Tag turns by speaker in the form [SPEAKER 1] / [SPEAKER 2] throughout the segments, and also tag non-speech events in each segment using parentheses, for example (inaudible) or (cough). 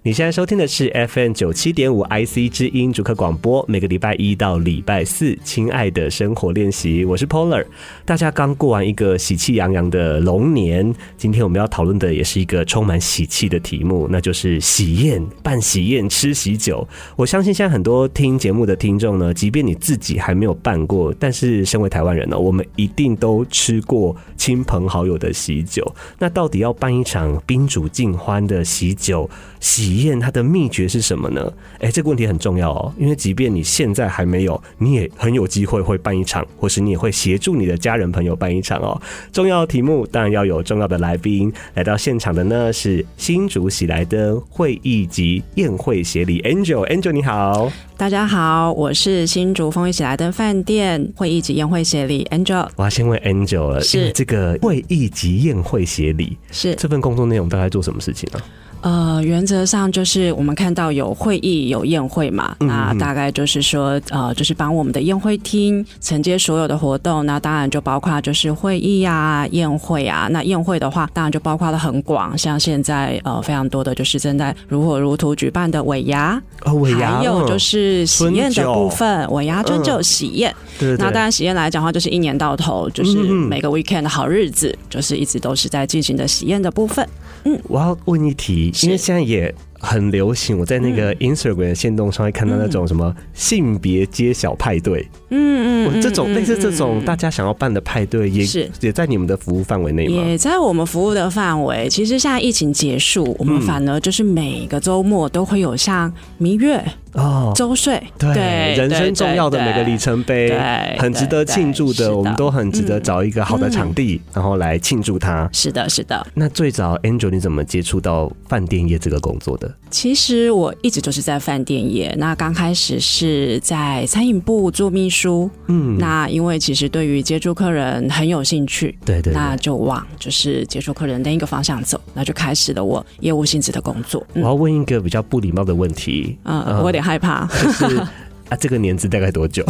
[SPEAKER 1] 你现在收听的是 FM 九七点五 IC 之音主客广播，每个礼拜一到礼拜四，亲爱的生活练习，我是 Polar。大家刚过完一个喜气洋洋的龙年，今天我们要讨论的也是一个充满喜气的题目，那就是喜宴、办喜宴、吃喜酒。我相信现在很多听节目的听众呢，即便你自己还没有办过，但是身为台湾人呢，我们一定都吃过亲朋好友的喜酒。那到底要办一场宾主尽欢的喜酒喜宴，它的秘诀是什么呢？诶，这个问题很重要哦，因为即便你现在还没有，你也很有机会会办一场，或是你也会协助你的家人朋友办一场哦。重要的题目当然要有重要的来宾，来到现场的呢是新竹喜来登会议及宴会协理 Angel，Angel 你好。
[SPEAKER 2] 大家好，我是新竹丰益喜来登饭店会议及宴会协理 Angel，
[SPEAKER 1] 我要先问 Angel 了，
[SPEAKER 2] 是
[SPEAKER 1] 因为这个会议及宴会协理
[SPEAKER 2] 是
[SPEAKER 1] 这份工作内容大概做什么事情啊呢、
[SPEAKER 2] 呃，原则上就是我们看到有会议有宴会嘛，
[SPEAKER 1] 嗯
[SPEAKER 2] 那大概就是说呃，就是帮我们的宴会厅承接所有的活动，那当然就包括就是会议啊、宴会啊，那宴会的话，当然就包括的很广，像现在呃非常多的就是正在如火如荼举办的尾牙，
[SPEAKER 1] 哦，尾牙，
[SPEAKER 2] 还有就
[SPEAKER 1] 嗯
[SPEAKER 2] 是喜宴的部分，尾牙春酒
[SPEAKER 1] 嗯
[SPEAKER 2] 喜宴。
[SPEAKER 1] 对对嗯
[SPEAKER 2] 那
[SPEAKER 1] 对
[SPEAKER 2] 当然，喜宴来讲的话，就是一年到头，就是每个 weekend 的好日子，就是一直都是在进行的喜宴的部分。
[SPEAKER 1] 我要问一题，
[SPEAKER 2] 是嗯
[SPEAKER 1] 因为现在也很流行，我在那个 Instagram 的线动上会看到那种什么性别揭晓派对，
[SPEAKER 2] 嗯
[SPEAKER 1] 我这种类似这种大家想要办的派对，也
[SPEAKER 2] 是
[SPEAKER 1] 也在你们的服务范围内吗？
[SPEAKER 2] 也在我们服务的范围。其实现在疫情结束，我们反而就是每个周末都会有像蜜月、
[SPEAKER 1] 哦，
[SPEAKER 2] 周岁，
[SPEAKER 1] 对，人生重要的每个里。程碑
[SPEAKER 2] 对，
[SPEAKER 1] 很值得庆祝
[SPEAKER 2] 对对
[SPEAKER 1] 的，我们
[SPEAKER 2] 是的嗯
[SPEAKER 1] 都很值得找一个好的场地，然后来庆祝它。
[SPEAKER 2] 是的，是的。
[SPEAKER 1] 那最早 Angel 你怎么接触到饭店业这个工作的？
[SPEAKER 2] 其实我一直就是在饭店业，那刚开始是在餐饮部做秘书。
[SPEAKER 1] 嗯，
[SPEAKER 2] 那因为其实对于接触客人很有兴趣，
[SPEAKER 1] 对对对，
[SPEAKER 2] 那就往就是接触客人的一个方向走，那就开始了我业务性质的工作。
[SPEAKER 1] 我
[SPEAKER 2] 嗯，
[SPEAKER 1] 要问一个比较不礼貌的问题，
[SPEAKER 2] 呃，我有点
[SPEAKER 1] (laughs)
[SPEAKER 2] 害怕。 (laughs)
[SPEAKER 1] 就是啊，这个年资大概多久？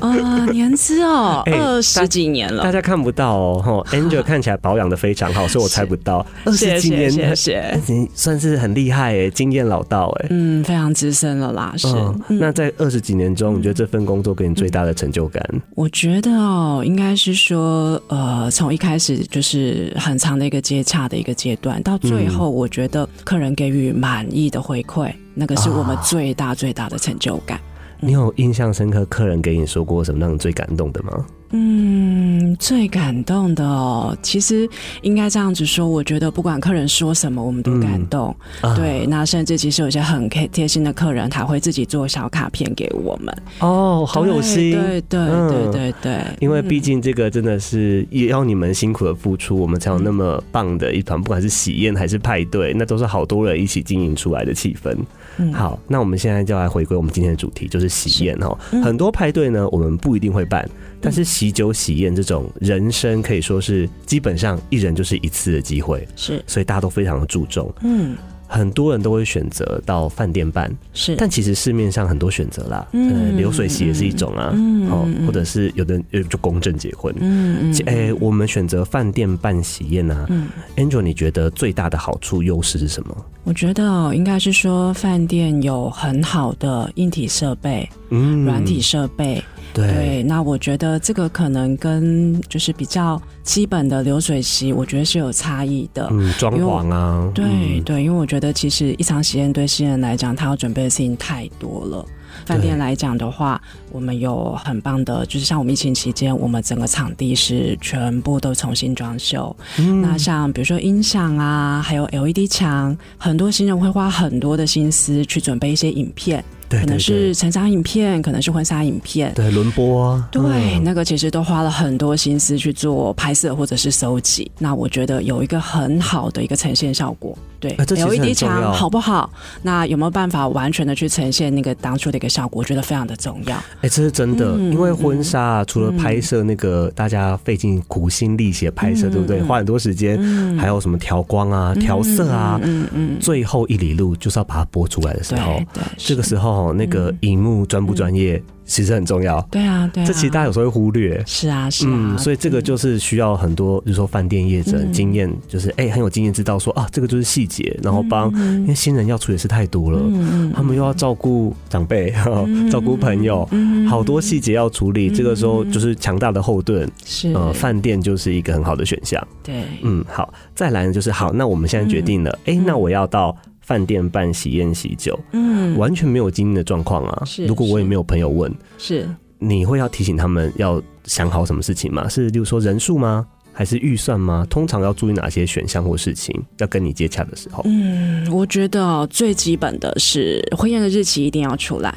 [SPEAKER 2] 呃，年资哦，
[SPEAKER 1] 哎
[SPEAKER 2] 二十几年
[SPEAKER 1] 大
[SPEAKER 2] 了，
[SPEAKER 1] 家看不到哦。
[SPEAKER 2] (laughs)
[SPEAKER 1] 吼 Angel 看起来保养的非常好，所以我猜不到二
[SPEAKER 2] 谢
[SPEAKER 1] 十几
[SPEAKER 2] 谢
[SPEAKER 1] 年，
[SPEAKER 2] 谢谢。
[SPEAKER 1] 你算是很厉害哎，经验老道哎。
[SPEAKER 2] 嗯，非常资深了啦，是。嗯
[SPEAKER 1] 嗯，那在二十几年中，你觉得这份工作给你最大的成就感？
[SPEAKER 2] 我觉得哦，应该是说，呃，从一开始就是很长的一个接洽的一个阶段，到
[SPEAKER 1] 嗯
[SPEAKER 2] 最后，我觉得客人给予满意的回馈，那个是我们
[SPEAKER 1] 啊
[SPEAKER 2] 最大最大的成就感。
[SPEAKER 1] 你有印象深刻客人给你说过什么让你最感动的吗？
[SPEAKER 2] 嗯，最感动的哦，其实应该这样子说，我觉得不管客人说什么，我们都感动。
[SPEAKER 1] 啊，
[SPEAKER 2] 对，那甚至其实有些很贴贴心的客人，他会自己做小卡片给我们，
[SPEAKER 1] 哦，好有心。
[SPEAKER 2] 对对
[SPEAKER 1] 嗯
[SPEAKER 2] 对对对对，
[SPEAKER 1] 因为毕
[SPEAKER 2] 嗯
[SPEAKER 1] 竟这个真的是也要你们辛苦的付出，我们才有那么棒的一团，不管是喜宴还是派对，那都是好多人一起经营出来的气氛。
[SPEAKER 2] 嗯
[SPEAKER 1] 好，那我们现在就来回归我们今天的主题，就是喜宴哦。
[SPEAKER 2] 嗯
[SPEAKER 1] 很多派对呢，我们不一定会办，但是喜酒喜宴这种人生可以说是基本上一人就是一次的机会，
[SPEAKER 2] 是
[SPEAKER 1] 所以大家都非常的注重。
[SPEAKER 2] 嗯
[SPEAKER 1] 很多人都会选择到饭店办，
[SPEAKER 2] 是，
[SPEAKER 1] 但其实市面上很多选择啦，
[SPEAKER 2] 嗯
[SPEAKER 1] 呃，流水席也是一种啊，
[SPEAKER 2] 嗯
[SPEAKER 1] 哦
[SPEAKER 2] 嗯，嗯
[SPEAKER 1] 或者是有的人有就公证结婚。
[SPEAKER 2] 嗯嗯
[SPEAKER 1] 哎、我们选择饭店办喜宴啊、
[SPEAKER 2] 嗯，
[SPEAKER 1] a n g e l 你觉得最大的好处、优势是什么？
[SPEAKER 2] 我觉得哦，应该是说饭店有很好的硬体设备、
[SPEAKER 1] 嗯哎
[SPEAKER 2] 软体设备，
[SPEAKER 1] 对
[SPEAKER 2] 对，那我觉得这个可能跟就是比较基本的流水席，我觉得是有差异的。
[SPEAKER 1] 嗯，装潢啊，
[SPEAKER 2] 对
[SPEAKER 1] 嗯
[SPEAKER 2] 对，因为我觉得其实一场喜宴对新人来讲，他要准备的事情太多了。饭店来讲的话，我们有很棒的，就是像我们疫情期间，我们整个场地是全部都重新装修。
[SPEAKER 1] 嗯
[SPEAKER 2] 那像比如说音响啊，还有 LED 墙，很多新人会花很多的心思去准备一些影片，
[SPEAKER 1] 对
[SPEAKER 2] 可
[SPEAKER 1] 对
[SPEAKER 2] 能是成长影片，可能是婚纱影片。
[SPEAKER 1] 对对轮播啊，
[SPEAKER 2] 对，
[SPEAKER 1] 嗯
[SPEAKER 2] 那个其实都花了很多心思去做拍摄或者是收集。那我觉得有一个很好的一个呈现效果，对、
[SPEAKER 1] 啊这其实
[SPEAKER 2] l
[SPEAKER 1] 很
[SPEAKER 2] e d
[SPEAKER 1] 重要
[SPEAKER 2] 墙好不好？那有没有办法完全的去呈现那个当初的一个效果？我觉得非常的重要。
[SPEAKER 1] 哎、这是真的，
[SPEAKER 2] 嗯
[SPEAKER 1] 因为婚纱啊，除了拍摄那个、大家费尽苦心力血拍摄，
[SPEAKER 2] 嗯
[SPEAKER 1] 对不对？花很多时间，哎还有什么调光啊、调色啊，
[SPEAKER 2] 嗯嗯，
[SPEAKER 1] 最后一里路就是要把它播出来的时
[SPEAKER 2] 对
[SPEAKER 1] 候，
[SPEAKER 2] 对，
[SPEAKER 1] 这个
[SPEAKER 2] 是
[SPEAKER 1] 时候那个荧幕专不专业，其实很重要。
[SPEAKER 2] 对啊，对啊，
[SPEAKER 1] 这其实大家有时候会忽略。
[SPEAKER 2] 是啊，是啊，
[SPEAKER 1] 嗯，所以这个就是需要很多，比如说饭店业者
[SPEAKER 2] 嗯
[SPEAKER 1] 经验，就是哎、很有经验，知道说啊，这个就是细节，然后帮，
[SPEAKER 2] 嗯
[SPEAKER 1] 因为新人要处理的事太多了，
[SPEAKER 2] 嗯
[SPEAKER 1] 他们又要照顾长辈，
[SPEAKER 2] 嗯
[SPEAKER 1] 照顾朋友，
[SPEAKER 2] 嗯
[SPEAKER 1] 好多细节要处理。这个时候就是强大的后盾，
[SPEAKER 2] 是
[SPEAKER 1] 呃，饭店就是一个很好的选项。
[SPEAKER 2] 对，
[SPEAKER 1] 嗯，好，再来呢就是好，那我们现在决定了，哎、那我要到饭店办喜宴喜酒，
[SPEAKER 2] 嗯，
[SPEAKER 1] 完全没有经验的状况啊。
[SPEAKER 2] 是
[SPEAKER 1] 如果我也
[SPEAKER 2] 是
[SPEAKER 1] 没有朋友问，
[SPEAKER 2] 是
[SPEAKER 1] 你会要提醒他们要想好什么事情吗？是，例如说人数吗？还是预算吗？通常要注意哪些选项或事情？要跟你接洽的时候、
[SPEAKER 2] 嗯，我觉得哦最基本的是婚宴的日期一定要出来。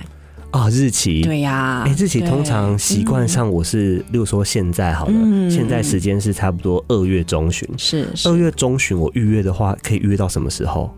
[SPEAKER 1] 啊，日期。
[SPEAKER 2] 对呀、
[SPEAKER 1] 哎、日期
[SPEAKER 2] 对
[SPEAKER 1] 通常习惯上我是，例如说现在好了，
[SPEAKER 2] 嗯
[SPEAKER 1] 现在时间是差不多二月中旬。
[SPEAKER 2] 是
[SPEAKER 1] 二
[SPEAKER 2] 是，
[SPEAKER 1] 月中旬我预约的话，可以预约到什么时候？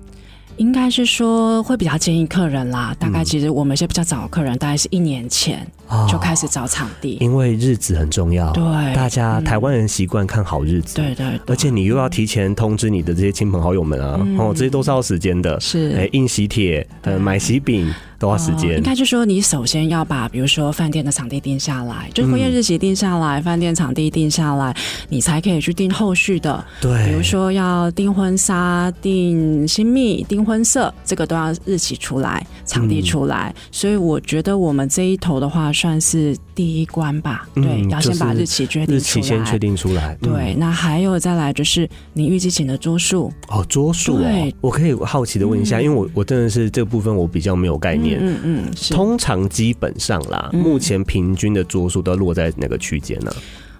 [SPEAKER 2] 应该是说会比较建议客人啦。大概
[SPEAKER 1] 嗯
[SPEAKER 2] 其实我们一些比较早的客人，大概是一年前
[SPEAKER 1] 啊
[SPEAKER 2] 就开始找场地。
[SPEAKER 1] 因为日子很重要。
[SPEAKER 2] 对，嗯
[SPEAKER 1] 大家台湾人习惯看好日子，
[SPEAKER 2] 对对对，
[SPEAKER 1] 而且你又要提前通知你的这些亲朋好友们啊，
[SPEAKER 2] 嗯
[SPEAKER 1] 哦，这些都是要时间的。
[SPEAKER 2] 是。
[SPEAKER 1] 哎，印喜帖、呃，
[SPEAKER 2] 对
[SPEAKER 1] 买喜饼都要时
[SPEAKER 2] 呃
[SPEAKER 1] 间
[SPEAKER 2] 应。该就说你首先要把，比如说饭店的场地定下来，就是婚
[SPEAKER 1] 嗯
[SPEAKER 2] 宴日期定下来，饭店场地定下来，你才可以去定后续的，
[SPEAKER 1] 对，
[SPEAKER 2] 比如说要订婚纱、订新密、订婚色，这个都要日期出来、场
[SPEAKER 1] 嗯
[SPEAKER 2] 地出来。所以我觉得我们这一头的话，算是第一关吧。
[SPEAKER 1] 嗯
[SPEAKER 2] 对，要先把
[SPEAKER 1] 就是
[SPEAKER 2] 日期确定出来。
[SPEAKER 1] 日期先确定出来。嗯
[SPEAKER 2] 对，，那还有再来就是你预计请的桌数
[SPEAKER 1] 哦，桌数哦
[SPEAKER 2] 对，
[SPEAKER 1] 我可以好奇的问一下，
[SPEAKER 2] 嗯
[SPEAKER 1] 因为我我真的是这部分我比较没有概念。
[SPEAKER 2] 嗯嗯嗯，是
[SPEAKER 1] 通常基本上啦，
[SPEAKER 2] 嗯
[SPEAKER 1] 目前平均的桌数都落在哪个区间呢？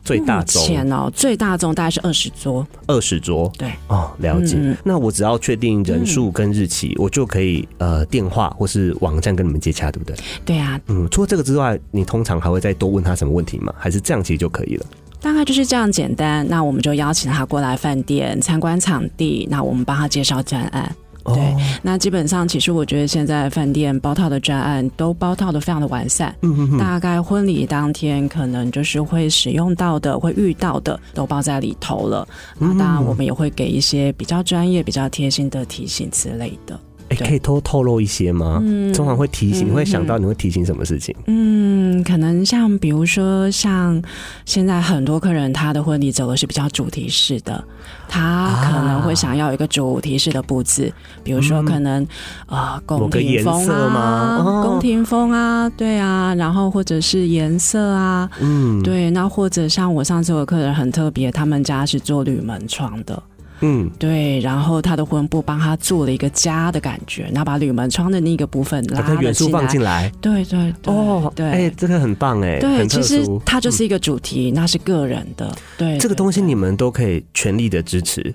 [SPEAKER 1] 最大
[SPEAKER 2] 目
[SPEAKER 1] 宗
[SPEAKER 2] 前哦，最大宗大概是二十桌。
[SPEAKER 1] 二十桌。
[SPEAKER 2] 对，
[SPEAKER 1] 哦，了解。
[SPEAKER 2] 嗯嗯嗯
[SPEAKER 1] 那我只要确定人数跟日期，我就可以呃电话或是网站跟你们接洽，对不对？
[SPEAKER 2] 对啊，
[SPEAKER 1] 嗯，除了这个之外，你通常还会再多问他什么问题吗？还是这样其实就可以了？
[SPEAKER 2] 大概就是这样简单。那我们就邀请他过来饭店参观场地，那我们帮他介绍专案。对
[SPEAKER 1] 哦，
[SPEAKER 2] 那基本上，其实我觉得现在饭店包套的专案都包套的非常的完善，
[SPEAKER 1] 嗯嗯嗯，
[SPEAKER 2] 大概婚礼当天可能就是会使用到的、会遇到的都包在里头了。那
[SPEAKER 1] 嗯
[SPEAKER 2] 当然，我们也会给一些比较专业、比较贴心的提醒之类的。
[SPEAKER 1] 哎、
[SPEAKER 2] 对
[SPEAKER 1] 可以偷透露一些吗？
[SPEAKER 2] 嗯
[SPEAKER 1] 通常会提醒，
[SPEAKER 2] 嗯
[SPEAKER 1] 你会想到你会提醒什么事情？
[SPEAKER 2] 嗯，可能像比如说，像现在很多客人他的婚礼走的是比较主题式的，他可能会想要有一个主题式的布置，比如说可能、呃
[SPEAKER 1] 嗯某
[SPEAKER 2] 宫
[SPEAKER 1] 个
[SPEAKER 2] 廷
[SPEAKER 1] 颜
[SPEAKER 2] 风
[SPEAKER 1] 色吗
[SPEAKER 2] 啊，
[SPEAKER 1] 哦
[SPEAKER 2] 宫廷风啊，对啊，然后或者是颜色啊，
[SPEAKER 1] 嗯，，
[SPEAKER 2] 对，那或者像我上次有客人很特别，他们家是做铝门窗的，
[SPEAKER 1] 嗯，
[SPEAKER 2] 对，然后他的婚布帮他做了一个家的感觉，然后把铝门窗的那个部分拉
[SPEAKER 1] 把它
[SPEAKER 2] 了
[SPEAKER 1] 元素
[SPEAKER 2] 进来
[SPEAKER 1] 放。进来。
[SPEAKER 2] 对对对
[SPEAKER 1] 哦，
[SPEAKER 2] 对，
[SPEAKER 1] 哎、这个很棒哎、
[SPEAKER 2] 对，
[SPEAKER 1] 很特
[SPEAKER 2] 其实
[SPEAKER 1] 殊。嗯
[SPEAKER 2] 它就是一个主题，那是个人的。对，
[SPEAKER 1] 这个
[SPEAKER 2] 对
[SPEAKER 1] 东西
[SPEAKER 2] 对
[SPEAKER 1] 你们都可以全力的支持。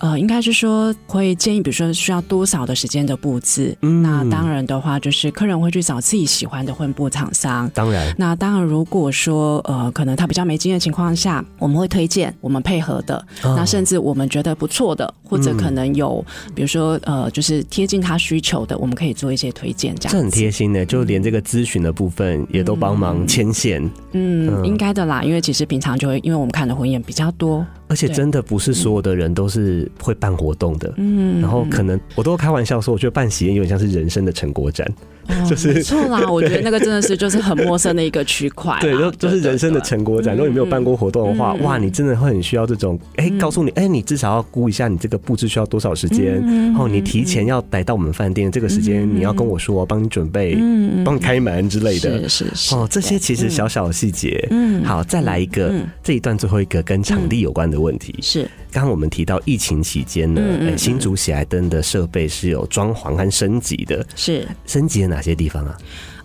[SPEAKER 2] 呃，应该是说会建议，比如说需要多少的时间的布置。
[SPEAKER 1] 嗯
[SPEAKER 2] 那当然的话，就是客人会去找自己喜欢的婚布厂商。
[SPEAKER 1] 当然，
[SPEAKER 2] 那当然，如果说呃，可能他比较没经验的情况下，我们会推荐我们配合的，
[SPEAKER 1] 嗯啊
[SPEAKER 2] 那甚至我们觉得不错的，或者可能有，比如说呃，就是贴近他需求的，我们可以做一些推荐，这
[SPEAKER 1] 这
[SPEAKER 2] 样
[SPEAKER 1] 很
[SPEAKER 2] 子。
[SPEAKER 1] 贴心的，就连这个咨询的部分也都帮忙牵线，
[SPEAKER 2] 嗯
[SPEAKER 1] 嗯，
[SPEAKER 2] 应该的啦，因为其实平常就会，因为我们看的婚宴比较多，
[SPEAKER 1] 而且
[SPEAKER 2] 对
[SPEAKER 1] 真的不是所有的人都是会办活动的。
[SPEAKER 2] 嗯，
[SPEAKER 1] 然后可能我都开玩笑说，我觉得办喜宴有点像是人生的成果展，
[SPEAKER 2] 哦
[SPEAKER 1] 就是
[SPEAKER 2] 没错
[SPEAKER 1] (laughs)
[SPEAKER 2] 啦，我觉得那个真的是就是很陌生的一个区块啦，
[SPEAKER 1] 对，就就是人生的成果展。
[SPEAKER 2] 嗯
[SPEAKER 1] 如果你没有办过活动的话，
[SPEAKER 2] 嗯嗯嗯
[SPEAKER 1] 哇，你真的会很需要这种，哎，告诉你，哎，你至少要估一下你这个布置需要多少时
[SPEAKER 2] 嗯
[SPEAKER 1] 间，然后哦你提前要来到我们饭店这个时间，你要跟我说，我帮你准备，
[SPEAKER 2] 嗯
[SPEAKER 1] 帮你开门之类的。
[SPEAKER 2] 是是是
[SPEAKER 1] 哦，这些其实小小的细节。
[SPEAKER 2] 嗯
[SPEAKER 1] 好，再来一个
[SPEAKER 2] 嗯，
[SPEAKER 1] 这一段最后一个跟场地有关的问题。
[SPEAKER 2] 是
[SPEAKER 1] 刚刚我们提到疫情期间呢，
[SPEAKER 2] 嗯嗯
[SPEAKER 1] 哎
[SPEAKER 2] 嗯
[SPEAKER 1] 新竹喜来登的设备是有装潢和升级的，
[SPEAKER 2] 是
[SPEAKER 1] 升级了哪些地方啊？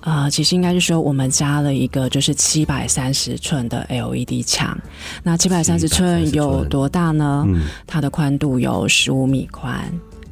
[SPEAKER 2] 呃，其实应该是说我们加了一个就是七百三十寸的 LED 墙，那七百三十寸有多大呢？
[SPEAKER 1] 嗯，
[SPEAKER 2] 它的宽度有十五米宽，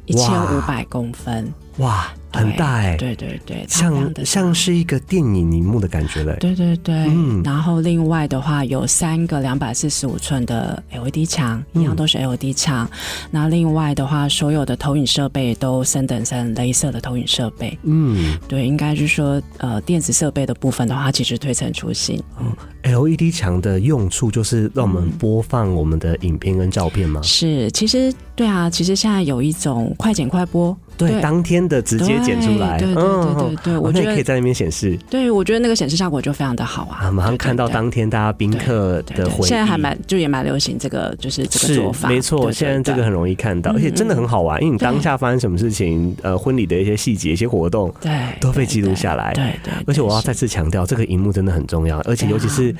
[SPEAKER 2] 一千五百公分，
[SPEAKER 1] 哇，很大哎、
[SPEAKER 2] 对对对，它非常
[SPEAKER 1] 像
[SPEAKER 2] 的
[SPEAKER 1] 像是一个电影荧幕的感觉嘞、
[SPEAKER 2] 对对对，
[SPEAKER 1] 嗯
[SPEAKER 2] 然后另外的话有三个两百四十五寸的 LED 墙，
[SPEAKER 1] 嗯
[SPEAKER 2] 一样都是 LED 墙。那另外的话，所有的投影设备都升等成镭射的投影设备。
[SPEAKER 1] 嗯
[SPEAKER 2] 对，应该是说，呃，电子设备的部分的话，其实推陈出新。
[SPEAKER 1] 啊，LED 墙的用处就是让我们播放我们的影片跟照片吗？
[SPEAKER 2] 是，其实对啊，其实现在有一种快剪快播，
[SPEAKER 1] 对，
[SPEAKER 2] 对
[SPEAKER 1] 当天的直接剪出来，
[SPEAKER 2] 对对对对对对
[SPEAKER 1] 哦
[SPEAKER 2] 我
[SPEAKER 1] 那
[SPEAKER 2] 觉
[SPEAKER 1] 也
[SPEAKER 2] 得
[SPEAKER 1] 可以在那边显示
[SPEAKER 2] 对，我觉得那个显示效果就非常的好啊，
[SPEAKER 1] 啊，马上
[SPEAKER 2] 对
[SPEAKER 1] 看到。当天大家宾客
[SPEAKER 2] 对
[SPEAKER 1] 的
[SPEAKER 2] 对对
[SPEAKER 1] 回
[SPEAKER 2] 对
[SPEAKER 1] 忆。
[SPEAKER 2] 现在还蛮就也蛮流行这个，就是这个
[SPEAKER 1] 是
[SPEAKER 2] 做法，
[SPEAKER 1] 没错，
[SPEAKER 2] 对对
[SPEAKER 1] 现在这
[SPEAKER 2] 对
[SPEAKER 1] 个很容易看到，
[SPEAKER 2] 嗯
[SPEAKER 1] 而且真的很好玩，因为你当下发生什么事情，呃，婚礼的一些细节、一些活动
[SPEAKER 2] 哎对
[SPEAKER 1] 都被
[SPEAKER 2] 对
[SPEAKER 1] 记录
[SPEAKER 2] 对
[SPEAKER 1] 下来。
[SPEAKER 2] 对对，
[SPEAKER 1] 而且我要
[SPEAKER 2] 在
[SPEAKER 1] 再次强调，这个荧幕真的很重要，而且尤其
[SPEAKER 2] 啊
[SPEAKER 1] 是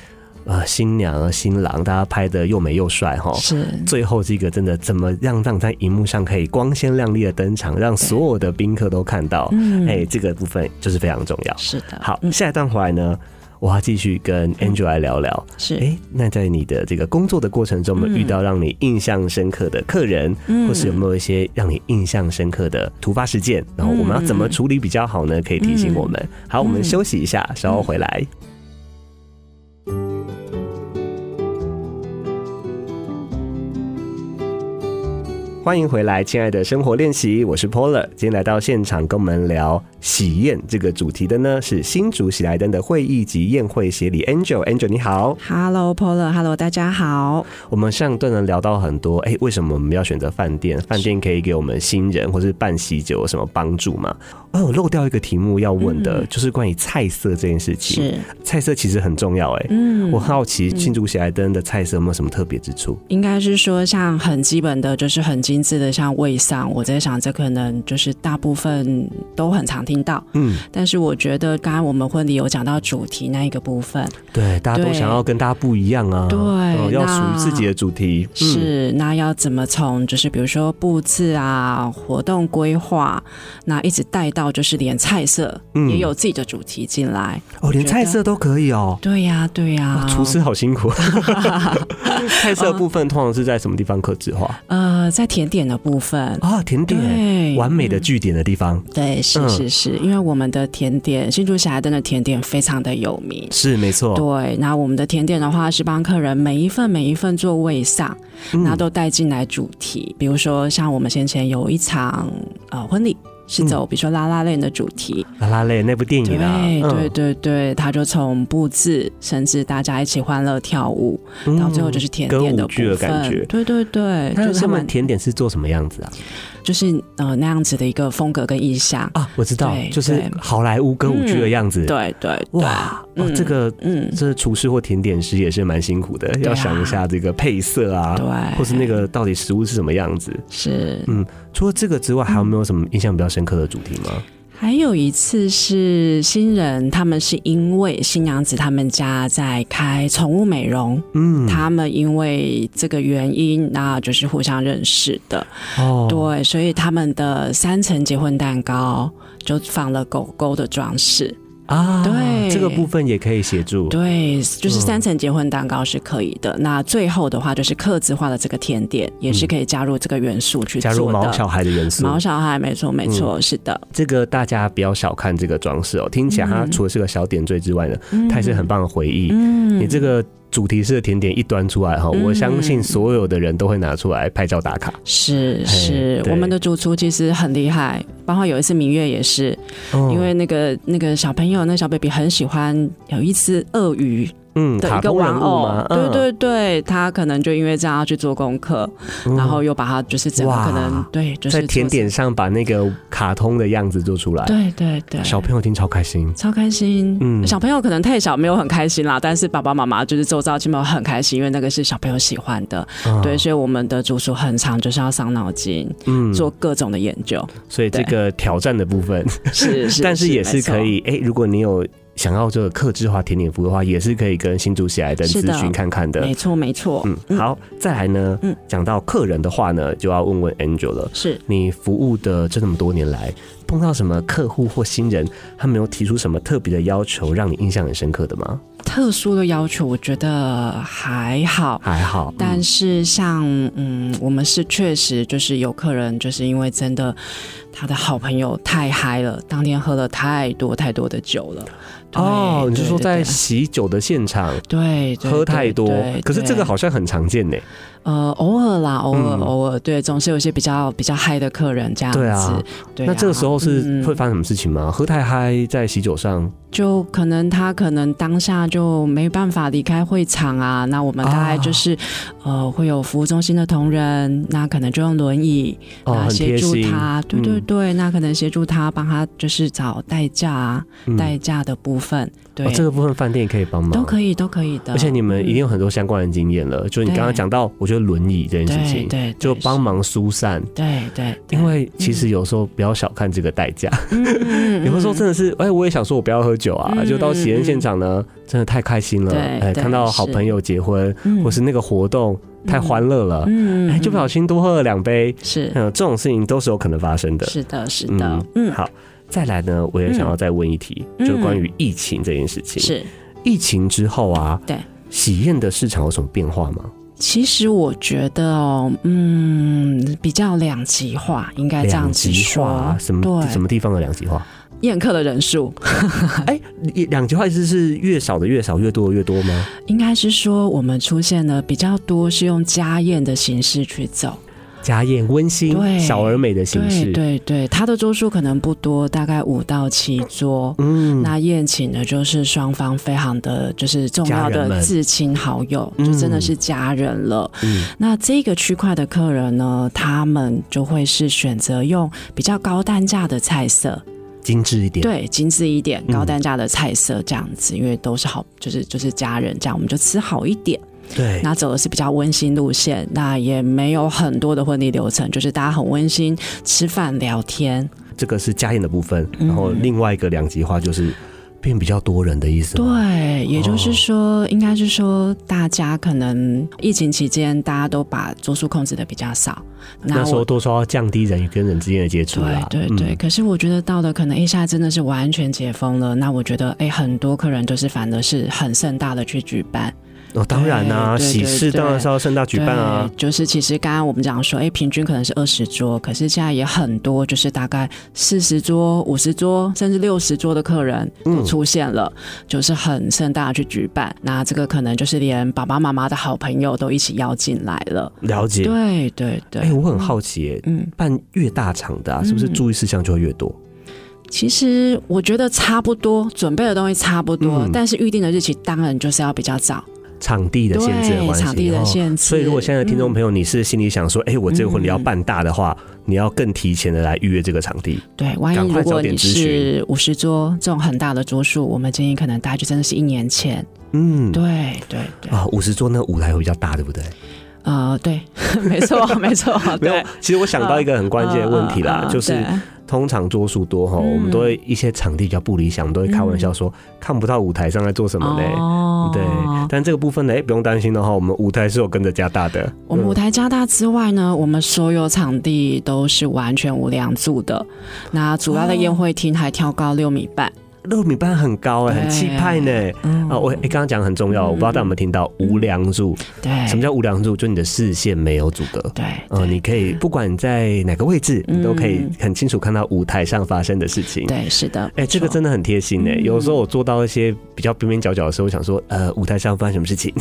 [SPEAKER 1] 呃新娘啊、新郎，大家拍的又美又帅哈。
[SPEAKER 2] 是
[SPEAKER 1] 最后这个真的怎么让让在荧幕上可以光鲜亮丽的登场，让所有的宾客都看到？
[SPEAKER 2] 嗯
[SPEAKER 1] 哎、这个部分就是非常重要。
[SPEAKER 2] 是的，
[SPEAKER 1] 好，
[SPEAKER 2] 嗯
[SPEAKER 1] 下一段回来呢，我要继续跟 Angel 来聊聊。
[SPEAKER 2] 是
[SPEAKER 1] 哎、那在你的这个工作的过程中，有没有遇到让你印象深刻的客人，
[SPEAKER 2] 嗯
[SPEAKER 1] 或是有没有一些让你印象深刻的突发事件？然后我们要怎么处理比较好呢？可以提醒我们。好，我们休息一下，稍后回来。欢迎回来，亲爱的生活练习，我是 Polar。今天来到现场跟我们聊喜宴这个主题的呢，是新竹喜来登的会议及宴会协理 Angel。Angel 你好，
[SPEAKER 2] Hello Polar，Hello 大家好，
[SPEAKER 1] 我们上段呢聊到很多，哎、为什么我们要选择饭店？饭店可以给我们新人或是办喜酒有什么帮助吗？哦，我漏掉一个题目要问的，就是关于菜色这件事情。
[SPEAKER 2] 嗯是
[SPEAKER 1] 菜色其实很重要、哎、
[SPEAKER 2] 嗯
[SPEAKER 1] 我好奇庆祝喜来登的菜色有没有什么特别之处？
[SPEAKER 2] 应该是说，像很基本的，就是很精致的，像味上，我在想，这可能就是大部分都很常听到。
[SPEAKER 1] 嗯，
[SPEAKER 2] 但是我觉得，刚刚我们婚礼有讲到主题那一个部分，
[SPEAKER 1] 对，大家都
[SPEAKER 2] 对
[SPEAKER 1] 想要跟大家不一样啊，
[SPEAKER 2] 对
[SPEAKER 1] 哦要属于
[SPEAKER 2] 那
[SPEAKER 1] 自己的主题。嗯、
[SPEAKER 2] 是那要怎么从就是比如说布置啊、活动规划，那一直带到就是连菜色
[SPEAKER 1] 嗯
[SPEAKER 2] 也有自己的主题进来。
[SPEAKER 1] 哦，连
[SPEAKER 2] 觉
[SPEAKER 1] 菜
[SPEAKER 2] 得啊
[SPEAKER 1] 色都可以哦。
[SPEAKER 2] 对呀、对呀、
[SPEAKER 1] 哇厨师好辛
[SPEAKER 2] (laughs)
[SPEAKER 1] 苦，菜色的部分通常是在什么地方可制化
[SPEAKER 2] 呃，在甜点的部分，
[SPEAKER 1] 啊？甜点，
[SPEAKER 2] 对，嗯
[SPEAKER 1] 完美的据点的地方
[SPEAKER 2] 对，是
[SPEAKER 1] 嗯
[SPEAKER 2] 是是，因为我们的甜点新竹喜来登的甜点非常的有名。
[SPEAKER 1] 是没错。
[SPEAKER 2] 对，那我们的甜点的话是帮客人每一份每一份做位上，
[SPEAKER 1] 嗯
[SPEAKER 2] 那都带进来主题。比如说，像我们先前有一场呃婚
[SPEAKER 1] 嗯
[SPEAKER 2] 礼是走，比如说拉拉链的主题，
[SPEAKER 1] 拉拉类那部电
[SPEAKER 2] 对
[SPEAKER 1] 影啊，
[SPEAKER 2] 对对对，他就从布置，甚至大家一起欢乐跳舞，
[SPEAKER 1] 嗯
[SPEAKER 2] 到最后就是甜
[SPEAKER 1] 歌
[SPEAKER 2] 点
[SPEAKER 1] 舞
[SPEAKER 2] 的部
[SPEAKER 1] 剧的
[SPEAKER 2] 分，
[SPEAKER 1] 感觉。
[SPEAKER 2] 对对对，
[SPEAKER 1] 那
[SPEAKER 2] 就是
[SPEAKER 1] 他
[SPEAKER 2] 蛮
[SPEAKER 1] 们甜点是做什么样子啊？
[SPEAKER 2] 就是呃那样子的一个风格跟意象。
[SPEAKER 1] 啊，我知道
[SPEAKER 2] 对，
[SPEAKER 1] 就是
[SPEAKER 2] 对嗯
[SPEAKER 1] 好莱坞歌舞剧的样子。，
[SPEAKER 2] 对对对，
[SPEAKER 1] 哇，哦
[SPEAKER 2] 嗯
[SPEAKER 1] 这个
[SPEAKER 2] 嗯，
[SPEAKER 1] 这厨师或甜点师也是蛮辛苦的，
[SPEAKER 2] 对啊
[SPEAKER 1] 要想一下这个配色啊，
[SPEAKER 2] 对，
[SPEAKER 1] 或是那个到底食物是什么样子。
[SPEAKER 2] 是
[SPEAKER 1] 嗯除了这个之外，还有没有什么印象比较深刻的主题吗？
[SPEAKER 2] 还有一次是新人，他们是因为新娘子他们家在开宠物美容，
[SPEAKER 1] 嗯，
[SPEAKER 2] 他们因为这个原因，那就是互相认识的，
[SPEAKER 1] 哦，
[SPEAKER 2] 对，所以他们的三层结婚蛋糕就放了狗狗的装饰，
[SPEAKER 1] 啊，
[SPEAKER 2] 对
[SPEAKER 1] 这个部分也可以协助。
[SPEAKER 2] 对，就是
[SPEAKER 1] 嗯
[SPEAKER 2] 三层结婚蛋糕是可以的。那最后的话就是刻字化的这个甜点，也是可以加入这个元素去
[SPEAKER 1] 嗯加
[SPEAKER 2] 做的。
[SPEAKER 1] 入毛小孩的嗯元素，
[SPEAKER 2] 毛小孩，没错没错，是的，
[SPEAKER 1] 这个大家不要小看这个装饰哦，听起来它除了是个小点缀之外呢，它也是很棒的回忆。
[SPEAKER 2] 嗯，
[SPEAKER 1] 你这个主题式的甜点一端出来哈，
[SPEAKER 2] 嗯
[SPEAKER 1] 我相信所有的人都会拿出来拍照打卡。
[SPEAKER 2] 是是，
[SPEAKER 1] 对
[SPEAKER 2] 我们的主厨其实很厉害，包括有一次明月也是，
[SPEAKER 1] 嗯
[SPEAKER 2] 因为那个那个小朋友，那小 baby 很喜欢有一只鳄鱼
[SPEAKER 1] 嗯，
[SPEAKER 2] 的一
[SPEAKER 1] 卡
[SPEAKER 2] 个
[SPEAKER 1] 通人
[SPEAKER 2] 玩
[SPEAKER 1] 物
[SPEAKER 2] 偶
[SPEAKER 1] 嘛，，
[SPEAKER 2] 对
[SPEAKER 1] 嗯，
[SPEAKER 2] 对对，他可能就因为这样要去做功课，
[SPEAKER 1] 嗯
[SPEAKER 2] 然后又把它就是整个
[SPEAKER 1] 哇
[SPEAKER 2] 可能对，就是
[SPEAKER 1] 在甜
[SPEAKER 2] 做
[SPEAKER 1] 点上把那个卡通的样子做出来，
[SPEAKER 2] 成，对对对，
[SPEAKER 1] 小朋友听超开心。
[SPEAKER 2] 超开心。
[SPEAKER 1] 嗯
[SPEAKER 2] 小朋友可能太小，没有很开心啦。但是爸爸妈妈就是周遭亲朋很开心，因为那个是小朋友喜欢的。
[SPEAKER 1] 嗯
[SPEAKER 2] 对，，所以我们的主厨很常就是要伤脑筋，
[SPEAKER 1] 嗯
[SPEAKER 2] 做各种的研
[SPEAKER 1] (laughs)
[SPEAKER 2] 究。
[SPEAKER 1] 所以这个挑战的部分，
[SPEAKER 2] 是是，
[SPEAKER 1] 但是也是可
[SPEAKER 2] 没
[SPEAKER 1] 以，哎，如果你有想要这个克制化甜点服务的话，也是可以跟新竹喜来登
[SPEAKER 2] 是的
[SPEAKER 1] 咨询看看的
[SPEAKER 2] 错，。没错没错，
[SPEAKER 1] 嗯，好，再来呢
[SPEAKER 2] 嗯，
[SPEAKER 1] 讲到客人的话呢，就要问问 Angel 了。
[SPEAKER 2] 是。
[SPEAKER 1] 你服务的这么多年来，碰到什么客户或新人，他们有提出什么特别的要求，让你印象很深刻的吗？
[SPEAKER 2] 特殊的要求，我觉得还好。
[SPEAKER 1] 还好，
[SPEAKER 2] 但是像嗯，我们是确实就是有客人，就是因为真的他的好朋友太嗨了，当天喝了太多太多的酒了，
[SPEAKER 1] 哦，你是
[SPEAKER 2] 对
[SPEAKER 1] 说
[SPEAKER 2] 对
[SPEAKER 1] 在
[SPEAKER 2] 对
[SPEAKER 1] 喜酒的现场
[SPEAKER 2] 对对
[SPEAKER 1] 喝太多
[SPEAKER 2] 对对？
[SPEAKER 1] 可是这个
[SPEAKER 2] 对
[SPEAKER 1] 好像很常见呢。
[SPEAKER 2] 呃，偶尔啦，偶尔、
[SPEAKER 1] 嗯
[SPEAKER 2] 偶尔，对，总是有一些比较比较嗨的客人这样子。
[SPEAKER 1] 对啊
[SPEAKER 2] 对
[SPEAKER 1] 那这个时候是
[SPEAKER 2] 嗯
[SPEAKER 1] 会发生什么事情吗？喝太嗨在喜酒上，
[SPEAKER 2] 就可能他可能当下就没办法离开会场啊，那我们大概就是、呃会有服务中心的同仁，那可能就用轮椅
[SPEAKER 1] 哦，
[SPEAKER 2] 那
[SPEAKER 1] 很
[SPEAKER 2] 啊协
[SPEAKER 1] 贴
[SPEAKER 2] 助
[SPEAKER 1] 心，
[SPEAKER 2] 他，对对
[SPEAKER 1] 嗯
[SPEAKER 2] 对，那可能协助他帮他就是找代驾、啊，
[SPEAKER 1] 嗯
[SPEAKER 2] 代驾的部分，对，
[SPEAKER 1] 哦，这个部分饭店也可以帮忙，
[SPEAKER 2] 都可以都可以的，
[SPEAKER 1] 而且你们一定有很多相关的经验了，就是你刚刚
[SPEAKER 2] 对
[SPEAKER 1] 讲到，我觉得轮椅这件
[SPEAKER 2] 对
[SPEAKER 1] 事
[SPEAKER 2] 对
[SPEAKER 1] 情，
[SPEAKER 2] 对
[SPEAKER 1] 就帮忙疏散。
[SPEAKER 2] 对对，对
[SPEAKER 1] 因为其实有时候不要小看这个代价，
[SPEAKER 2] 嗯嗯嗯嗯
[SPEAKER 1] 有的时候真的是，哎，我也想说我不要喝酒啊，
[SPEAKER 2] 嗯
[SPEAKER 1] 就到喜宴现场呢，真的太开心了，
[SPEAKER 2] 对
[SPEAKER 1] 哎，
[SPEAKER 2] 对
[SPEAKER 1] 看到好朋友结婚，
[SPEAKER 2] 嗯
[SPEAKER 1] 或是那个活动太欢乐了，
[SPEAKER 2] 嗯
[SPEAKER 1] 哎，就不小心多喝了两杯，
[SPEAKER 2] 是
[SPEAKER 1] 嗯，这种事情都是有可能发生的。
[SPEAKER 2] 是的是的，嗯
[SPEAKER 1] 好，再来呢，我也想要再问一题，
[SPEAKER 2] 嗯
[SPEAKER 1] 就关于疫情这件事情。
[SPEAKER 2] 是。
[SPEAKER 1] 疫情之后啊，
[SPEAKER 2] 对
[SPEAKER 1] 喜宴的市场有什么变化吗？
[SPEAKER 2] 其实我觉得哦，嗯，比较两极化，应该哎这样
[SPEAKER 1] 两
[SPEAKER 2] 子
[SPEAKER 1] 极
[SPEAKER 2] 说。
[SPEAKER 1] 化，啊什么什
[SPEAKER 2] 对
[SPEAKER 1] 么地方的两极化？
[SPEAKER 2] 宴客的人数，
[SPEAKER 1] 哎，你两极化意思是越少的越少，越多的越多吗？
[SPEAKER 2] 应该是说我们出现了比较多是用家宴的形式去走。
[SPEAKER 1] 家宴温馨、
[SPEAKER 2] 对
[SPEAKER 1] 小而美的形式，
[SPEAKER 2] 对对对，他的桌数可能不多，大概五到七桌。
[SPEAKER 1] 嗯，
[SPEAKER 2] 那宴请的就是双方非常的就是重
[SPEAKER 1] 家
[SPEAKER 2] 要
[SPEAKER 1] 人们
[SPEAKER 2] 的至亲好友，
[SPEAKER 1] 嗯
[SPEAKER 2] 就真的是家人了。
[SPEAKER 1] 嗯
[SPEAKER 2] 那这个区块的客人呢，他们就会是选择用比较高单价的菜色，
[SPEAKER 1] 精致一点，
[SPEAKER 2] 对，精致一点，
[SPEAKER 1] 嗯
[SPEAKER 2] 高单价的菜色这样子，因为都是好，就是就是家人这样，我们就吃好一点。
[SPEAKER 1] 对
[SPEAKER 2] 那走的是比较温馨路线，那也没有很多的婚礼流程，就是大家很温馨吃饭聊天。
[SPEAKER 1] 这个是家宴的部分。
[SPEAKER 2] 嗯
[SPEAKER 1] 然后另外一个两极化就是变比较多人的意思吗，
[SPEAKER 2] 对，也
[SPEAKER 1] 哦
[SPEAKER 2] 就是说，应该是说大家可能疫情期间大家都把桌数控制的比较少，
[SPEAKER 1] 那时
[SPEAKER 2] 我
[SPEAKER 1] 候多说要降低人与跟人之间的接触啦，
[SPEAKER 2] 对对对，
[SPEAKER 1] 嗯
[SPEAKER 2] 可是我觉得到了可能一下真的是完全解封了，那我觉得哎，很多客人就是反而是很盛大的去举办。
[SPEAKER 1] 哦，当然啦，
[SPEAKER 2] 对对
[SPEAKER 1] 喜
[SPEAKER 2] 对
[SPEAKER 1] 事
[SPEAKER 2] 对
[SPEAKER 1] 当然是要盛大举办啊，
[SPEAKER 2] 对，就是其实刚刚我们讲说，哎，平均可能是二十桌，可是现在也很多，就是大概四十桌、五十桌，甚至六十桌的客人
[SPEAKER 1] 嗯
[SPEAKER 2] 都出现了，就是很盛大的去举办。那这个可能就是连爸爸妈妈的好朋友都一起邀进来了。
[SPEAKER 1] 了解。
[SPEAKER 2] 对对对，
[SPEAKER 1] 哎、我很好奇、耶
[SPEAKER 2] 嗯，
[SPEAKER 1] 办越大场的、啊，是不是
[SPEAKER 2] 嗯
[SPEAKER 1] 注意事项就会越多？
[SPEAKER 2] 其实我觉得差不多，准备的东西差不多，
[SPEAKER 1] 嗯
[SPEAKER 2] 但是预定的日期当然就是要比较早，
[SPEAKER 1] 场地的限制的
[SPEAKER 2] 对，
[SPEAKER 1] 关系，
[SPEAKER 2] 场地的
[SPEAKER 1] 哦
[SPEAKER 2] 限制。嗯
[SPEAKER 1] 所以，如果现在的听众朋友你是心里想说，哎、我这个婚礼要办大的话，你要更提前的来预约这个场地。
[SPEAKER 2] 对，万
[SPEAKER 1] 赶
[SPEAKER 2] 一
[SPEAKER 1] 快
[SPEAKER 2] 如
[SPEAKER 1] 早
[SPEAKER 2] 果
[SPEAKER 1] 点
[SPEAKER 2] 你
[SPEAKER 1] 咨询
[SPEAKER 2] 是五十桌这种很大的桌数，我们建议可能大概就真的是一年前。
[SPEAKER 1] 嗯，
[SPEAKER 2] 对对对，
[SPEAKER 1] 啊，五十桌那舞台会比较大，对不对？
[SPEAKER 2] 呃，对， (laughs)
[SPEAKER 1] (laughs)
[SPEAKER 2] 没错没错，
[SPEAKER 1] 没有
[SPEAKER 2] 啊对。，
[SPEAKER 1] 其实我想到一个很关键的问题啦，
[SPEAKER 2] 嗯嗯嗯
[SPEAKER 1] 就是
[SPEAKER 2] 对
[SPEAKER 1] 通常桌数多哈，
[SPEAKER 2] 嗯
[SPEAKER 1] 我们都会一些场地比较不理想，我们都会开玩笑说、看不到舞台上在做什么嘞。
[SPEAKER 2] 哦
[SPEAKER 1] 对，但这个部分呢，哎、不用担心的话，我们舞台是有跟着加大的。
[SPEAKER 2] 我们舞台加大之外呢，我们所有场地都是完全无梁柱的，那主
[SPEAKER 1] 哦
[SPEAKER 2] 要的宴会厅还挑高六米半。
[SPEAKER 1] 六嗯米半很高哎、
[SPEAKER 2] 对
[SPEAKER 1] 很气派呢。
[SPEAKER 2] 嗯
[SPEAKER 1] 啊，我哎，刚刚讲很重要，我不知道大家有没有听到无梁柱？
[SPEAKER 2] 对，
[SPEAKER 1] 什么叫无梁柱？就你的视线没有阻隔。
[SPEAKER 2] 对，
[SPEAKER 1] 呃，你可以不管在哪个位置，你都可以
[SPEAKER 2] 嗯
[SPEAKER 1] 很清楚看到舞台上发生的事情。
[SPEAKER 2] 对，是的，
[SPEAKER 1] 哎、这个
[SPEAKER 2] 没错
[SPEAKER 1] 真的很贴心哎、
[SPEAKER 2] 嗯
[SPEAKER 1] 有时候我做到一些比较边边角角的时候，我想说，呃，舞台上发生什么事情，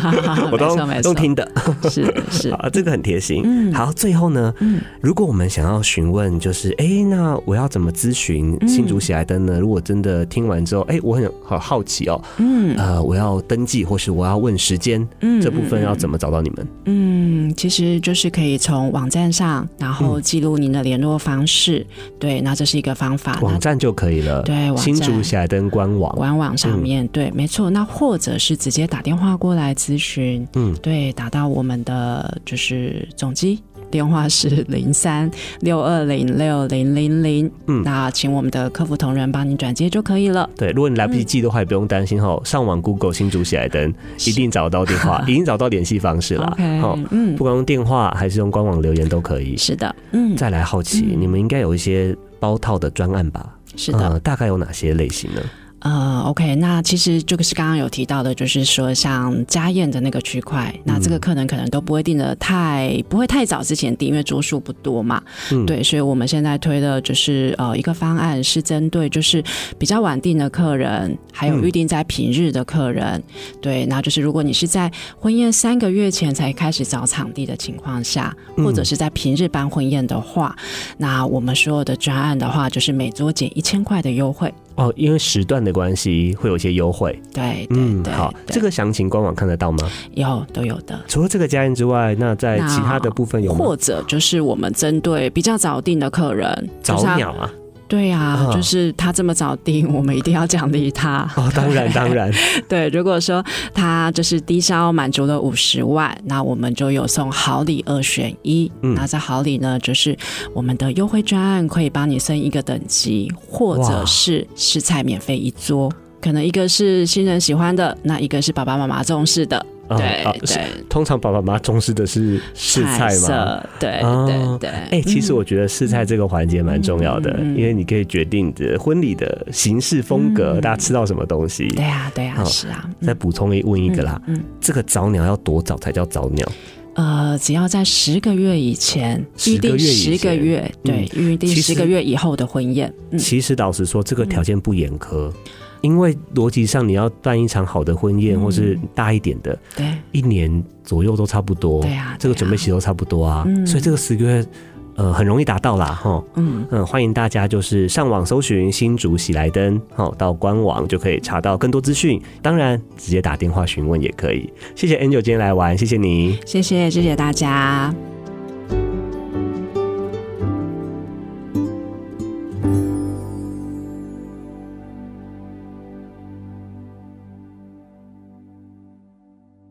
[SPEAKER 2] (laughs)
[SPEAKER 1] 我都
[SPEAKER 2] 没错没
[SPEAKER 1] 都
[SPEAKER 2] 错，
[SPEAKER 1] 听的
[SPEAKER 2] 是的是，
[SPEAKER 1] 啊，这个很贴心。
[SPEAKER 2] 嗯
[SPEAKER 1] 好，最后呢，
[SPEAKER 2] 嗯
[SPEAKER 1] 如果我们想要询问，就是哎、那我要怎么咨询
[SPEAKER 2] 嗯
[SPEAKER 1] 新竹喜来登呢？如果真的听完之后，哎、我很好好奇哦，
[SPEAKER 2] 嗯
[SPEAKER 1] 呃，我要登记或是我要问时间，
[SPEAKER 2] 嗯，
[SPEAKER 1] 这部分要怎
[SPEAKER 2] 么？
[SPEAKER 1] 么找到你们？
[SPEAKER 2] 嗯，其实就是可以从网站上，然
[SPEAKER 1] 嗯
[SPEAKER 2] 后记录您的联络方式，对，那这是一个方法。
[SPEAKER 1] 网
[SPEAKER 2] 那
[SPEAKER 1] 站就可以了。
[SPEAKER 2] 对网站
[SPEAKER 1] 新竹嗯喜来登官网。
[SPEAKER 2] 官网上面、对，没错。那或者是直接打电话过来咨询，
[SPEAKER 1] 嗯，
[SPEAKER 2] 对，打到我们的就是总机。电话是 (laughs) 零三六二零六零零零，
[SPEAKER 1] 嗯
[SPEAKER 2] 那请我们的客服同仁帮你转接就可以了。
[SPEAKER 1] 对，如果你来不及记的话，也不用担心
[SPEAKER 2] 嗯
[SPEAKER 1] 哈。上网 Google 新竹喜来登，一定找到电
[SPEAKER 2] (laughs)
[SPEAKER 1] 话，一定找到联系方式啦
[SPEAKER 2] OK，。
[SPEAKER 1] 齁，
[SPEAKER 2] 嗯
[SPEAKER 1] 不，管用电话还是用官网留言都可以。
[SPEAKER 2] 是的，嗯，
[SPEAKER 1] 再来好奇，
[SPEAKER 2] 嗯
[SPEAKER 1] 你们应该有一些包套的专案吧？
[SPEAKER 2] 是的，
[SPEAKER 1] 呃大概有哪些类型呢？
[SPEAKER 2] 呃，OK，那其实就是刚刚有提到的，就是说像家宴的那个区块，那这个
[SPEAKER 1] 嗯
[SPEAKER 2] 客人可能都不会定的太不会太早之前定，因为桌数不多嘛。
[SPEAKER 1] 嗯
[SPEAKER 2] 对，所以我们现在推的就是呃一个方案是针对就是比较晚定的客人，还有
[SPEAKER 1] 嗯
[SPEAKER 2] 预定在平日的客人。对，那就是如果你是在婚宴三个月前才开始找场地的情况下，或
[SPEAKER 1] 嗯
[SPEAKER 2] 者是在平日办婚宴的话，那我们所有的专案的话，就是每桌减一千块的优惠。
[SPEAKER 1] 哦，因为时段的关系，会有一些优惠。
[SPEAKER 2] 对对
[SPEAKER 1] 嗯，
[SPEAKER 2] 对，
[SPEAKER 1] 好，
[SPEAKER 2] 对
[SPEAKER 1] 这个详情官网看得到吗？
[SPEAKER 2] 有都有的。
[SPEAKER 1] 除了这个家宴之外，那在
[SPEAKER 2] 那
[SPEAKER 1] 其他的部分有吗？
[SPEAKER 2] 或者就是我们针对比较早订的客人，
[SPEAKER 1] 早
[SPEAKER 2] 就是他
[SPEAKER 1] 鸟啊，
[SPEAKER 2] 对啊，
[SPEAKER 1] 嗯
[SPEAKER 2] 就是他这么早订，我们一定要奖励他。
[SPEAKER 1] (laughs) 哦，当然当然，
[SPEAKER 2] (laughs) 对，如果说他就是低消满足了五十万，那我们就有送好礼二选一。
[SPEAKER 1] 嗯
[SPEAKER 2] 那这好礼呢，就是我们的优惠专案可以帮你升一个等级，或
[SPEAKER 1] 哇
[SPEAKER 2] 者是食材免费一桌。可能一个是新人喜欢的，那一个是爸爸妈妈重视的，
[SPEAKER 1] 哦
[SPEAKER 2] 对、
[SPEAKER 1] 哦是
[SPEAKER 2] 对，
[SPEAKER 1] 通常爸爸妈妈重视的是试菜嘛。
[SPEAKER 2] 色，对、
[SPEAKER 1] 哦
[SPEAKER 2] 对嗯对。
[SPEAKER 1] 哎、其实我觉得试菜这个环节蛮重要的，
[SPEAKER 2] 嗯嗯嗯
[SPEAKER 1] 因为你可以决定你的婚礼的形式风格，
[SPEAKER 2] 嗯
[SPEAKER 1] 大家吃到什么东西。
[SPEAKER 2] 对呀、对呀、
[SPEAKER 1] 好
[SPEAKER 2] 是啊，
[SPEAKER 1] 哦再补充一问一
[SPEAKER 2] 一
[SPEAKER 1] 个啦，，
[SPEAKER 2] 嗯嗯
[SPEAKER 1] 这个早鸟要多早才叫早鸟？
[SPEAKER 2] 呃，只要在十个月以前
[SPEAKER 1] 10
[SPEAKER 2] 预定
[SPEAKER 1] 个月以
[SPEAKER 2] 十个
[SPEAKER 1] 前嗯
[SPEAKER 2] 月，对，预定
[SPEAKER 1] 其
[SPEAKER 2] 十个
[SPEAKER 1] 实
[SPEAKER 2] 月以后的婚宴，嗯，
[SPEAKER 1] 其实老实说，这个条件不严苛，因为逻辑上你要办一场好的婚宴，
[SPEAKER 2] 嗯
[SPEAKER 1] 或是大一点的，
[SPEAKER 2] 对，
[SPEAKER 1] 一年左右都差不多。
[SPEAKER 2] 对啊，
[SPEAKER 1] 这个
[SPEAKER 2] 对啊
[SPEAKER 1] 准备期都差不多啊，
[SPEAKER 2] 嗯
[SPEAKER 1] 所以这个十个月，呃，很容易达到啦，哈。
[SPEAKER 2] 嗯，
[SPEAKER 1] 嗯，欢迎大家就是上网搜寻新竹喜来登，好、到官网就可以查到更多资讯。当然，直接打电话询问也可以。谢谢 Angel 今天来玩，谢谢你。
[SPEAKER 2] 谢谢谢谢大家，